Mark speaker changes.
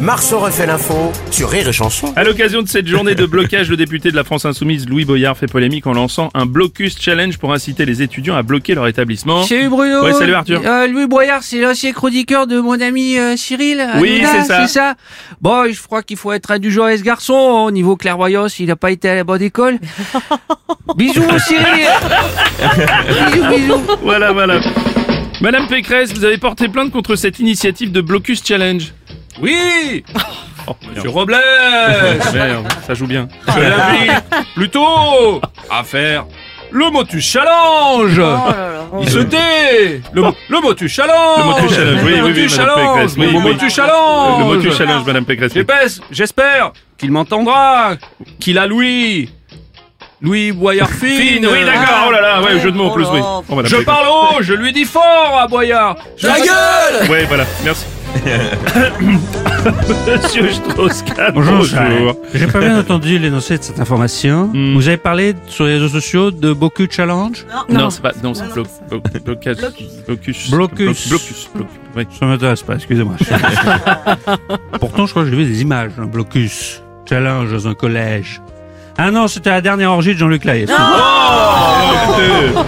Speaker 1: Marceau refait l'info sur Rire et Chanson.
Speaker 2: À l'occasion de cette journée de blocage, le député de la France Insoumise, Louis Boyard, fait polémique en lançant un blocus challenge pour inciter les étudiants à bloquer leur établissement.
Speaker 3: Salut Bruno.
Speaker 2: Hein Ouais, salut Arthur.
Speaker 3: Euh, Louis Boyard, c'est l'ancien chroniqueur de mon ami euh, Cyril.
Speaker 2: Oui,
Speaker 3: Hanouna,
Speaker 2: c'est ça.
Speaker 3: Bon, je crois qu'il faut être indulgent à ce garçon. hein, Au niveau clairvoyance, il n'a pas été à la bonne école. bisous Cyril. bisous, bisous.
Speaker 2: Voilà, voilà. Madame Pécresse, vous avez porté plainte contre cette initiative de blocus challenge.
Speaker 4: Oui
Speaker 2: Oh, merde.
Speaker 4: Monsieur Robles
Speaker 2: Merde, ça joue bien.
Speaker 4: Je l'invite plutôt à faire le motu
Speaker 3: Oh
Speaker 4: challenge Il se tait Le, le motu challenge
Speaker 2: Le motu challenge, oui,
Speaker 4: Le
Speaker 2: oui, oui,
Speaker 4: motu
Speaker 2: Madame
Speaker 4: challenge.
Speaker 2: Pécresse, oui,
Speaker 4: Le
Speaker 2: oui.
Speaker 4: motu challenge
Speaker 2: Le motu challenge, Madame Pécresse. oui.
Speaker 4: J'espère- J'espère qu'il m'entendra, qu'il a Louis, Louis Boyard
Speaker 2: Fine, oui, d'accord, oh là là, ouais, jeu de mots en plus, oui. Oh, Madame
Speaker 4: Ah. Je
Speaker 2: Pécresse.
Speaker 4: parle haut, je lui dis fort à Boyard La gueule
Speaker 2: Ouais, voilà, merci. Monsieur Strauss-Kahn,
Speaker 5: Bonjour, Charles. J'ai pas bien entendu l'énoncé de cette information.
Speaker 2: Hmm.
Speaker 5: Vous avez parlé sur les réseaux sociaux de Boku Challenge
Speaker 2: Non, c'est pas, non, c'est blo- blo- blocage. Blocus.
Speaker 5: Blocus.
Speaker 2: Blocus. bloc- ouais.
Speaker 5: Ça m'intéresse pas, excusez-moi. Pourtant, je crois que j'ai vu des images d'un blocus challenge dans un collège. Ah non, c'était la dernière orgie de Jean-Luc Lahaye.
Speaker 2: Oh, écoutez.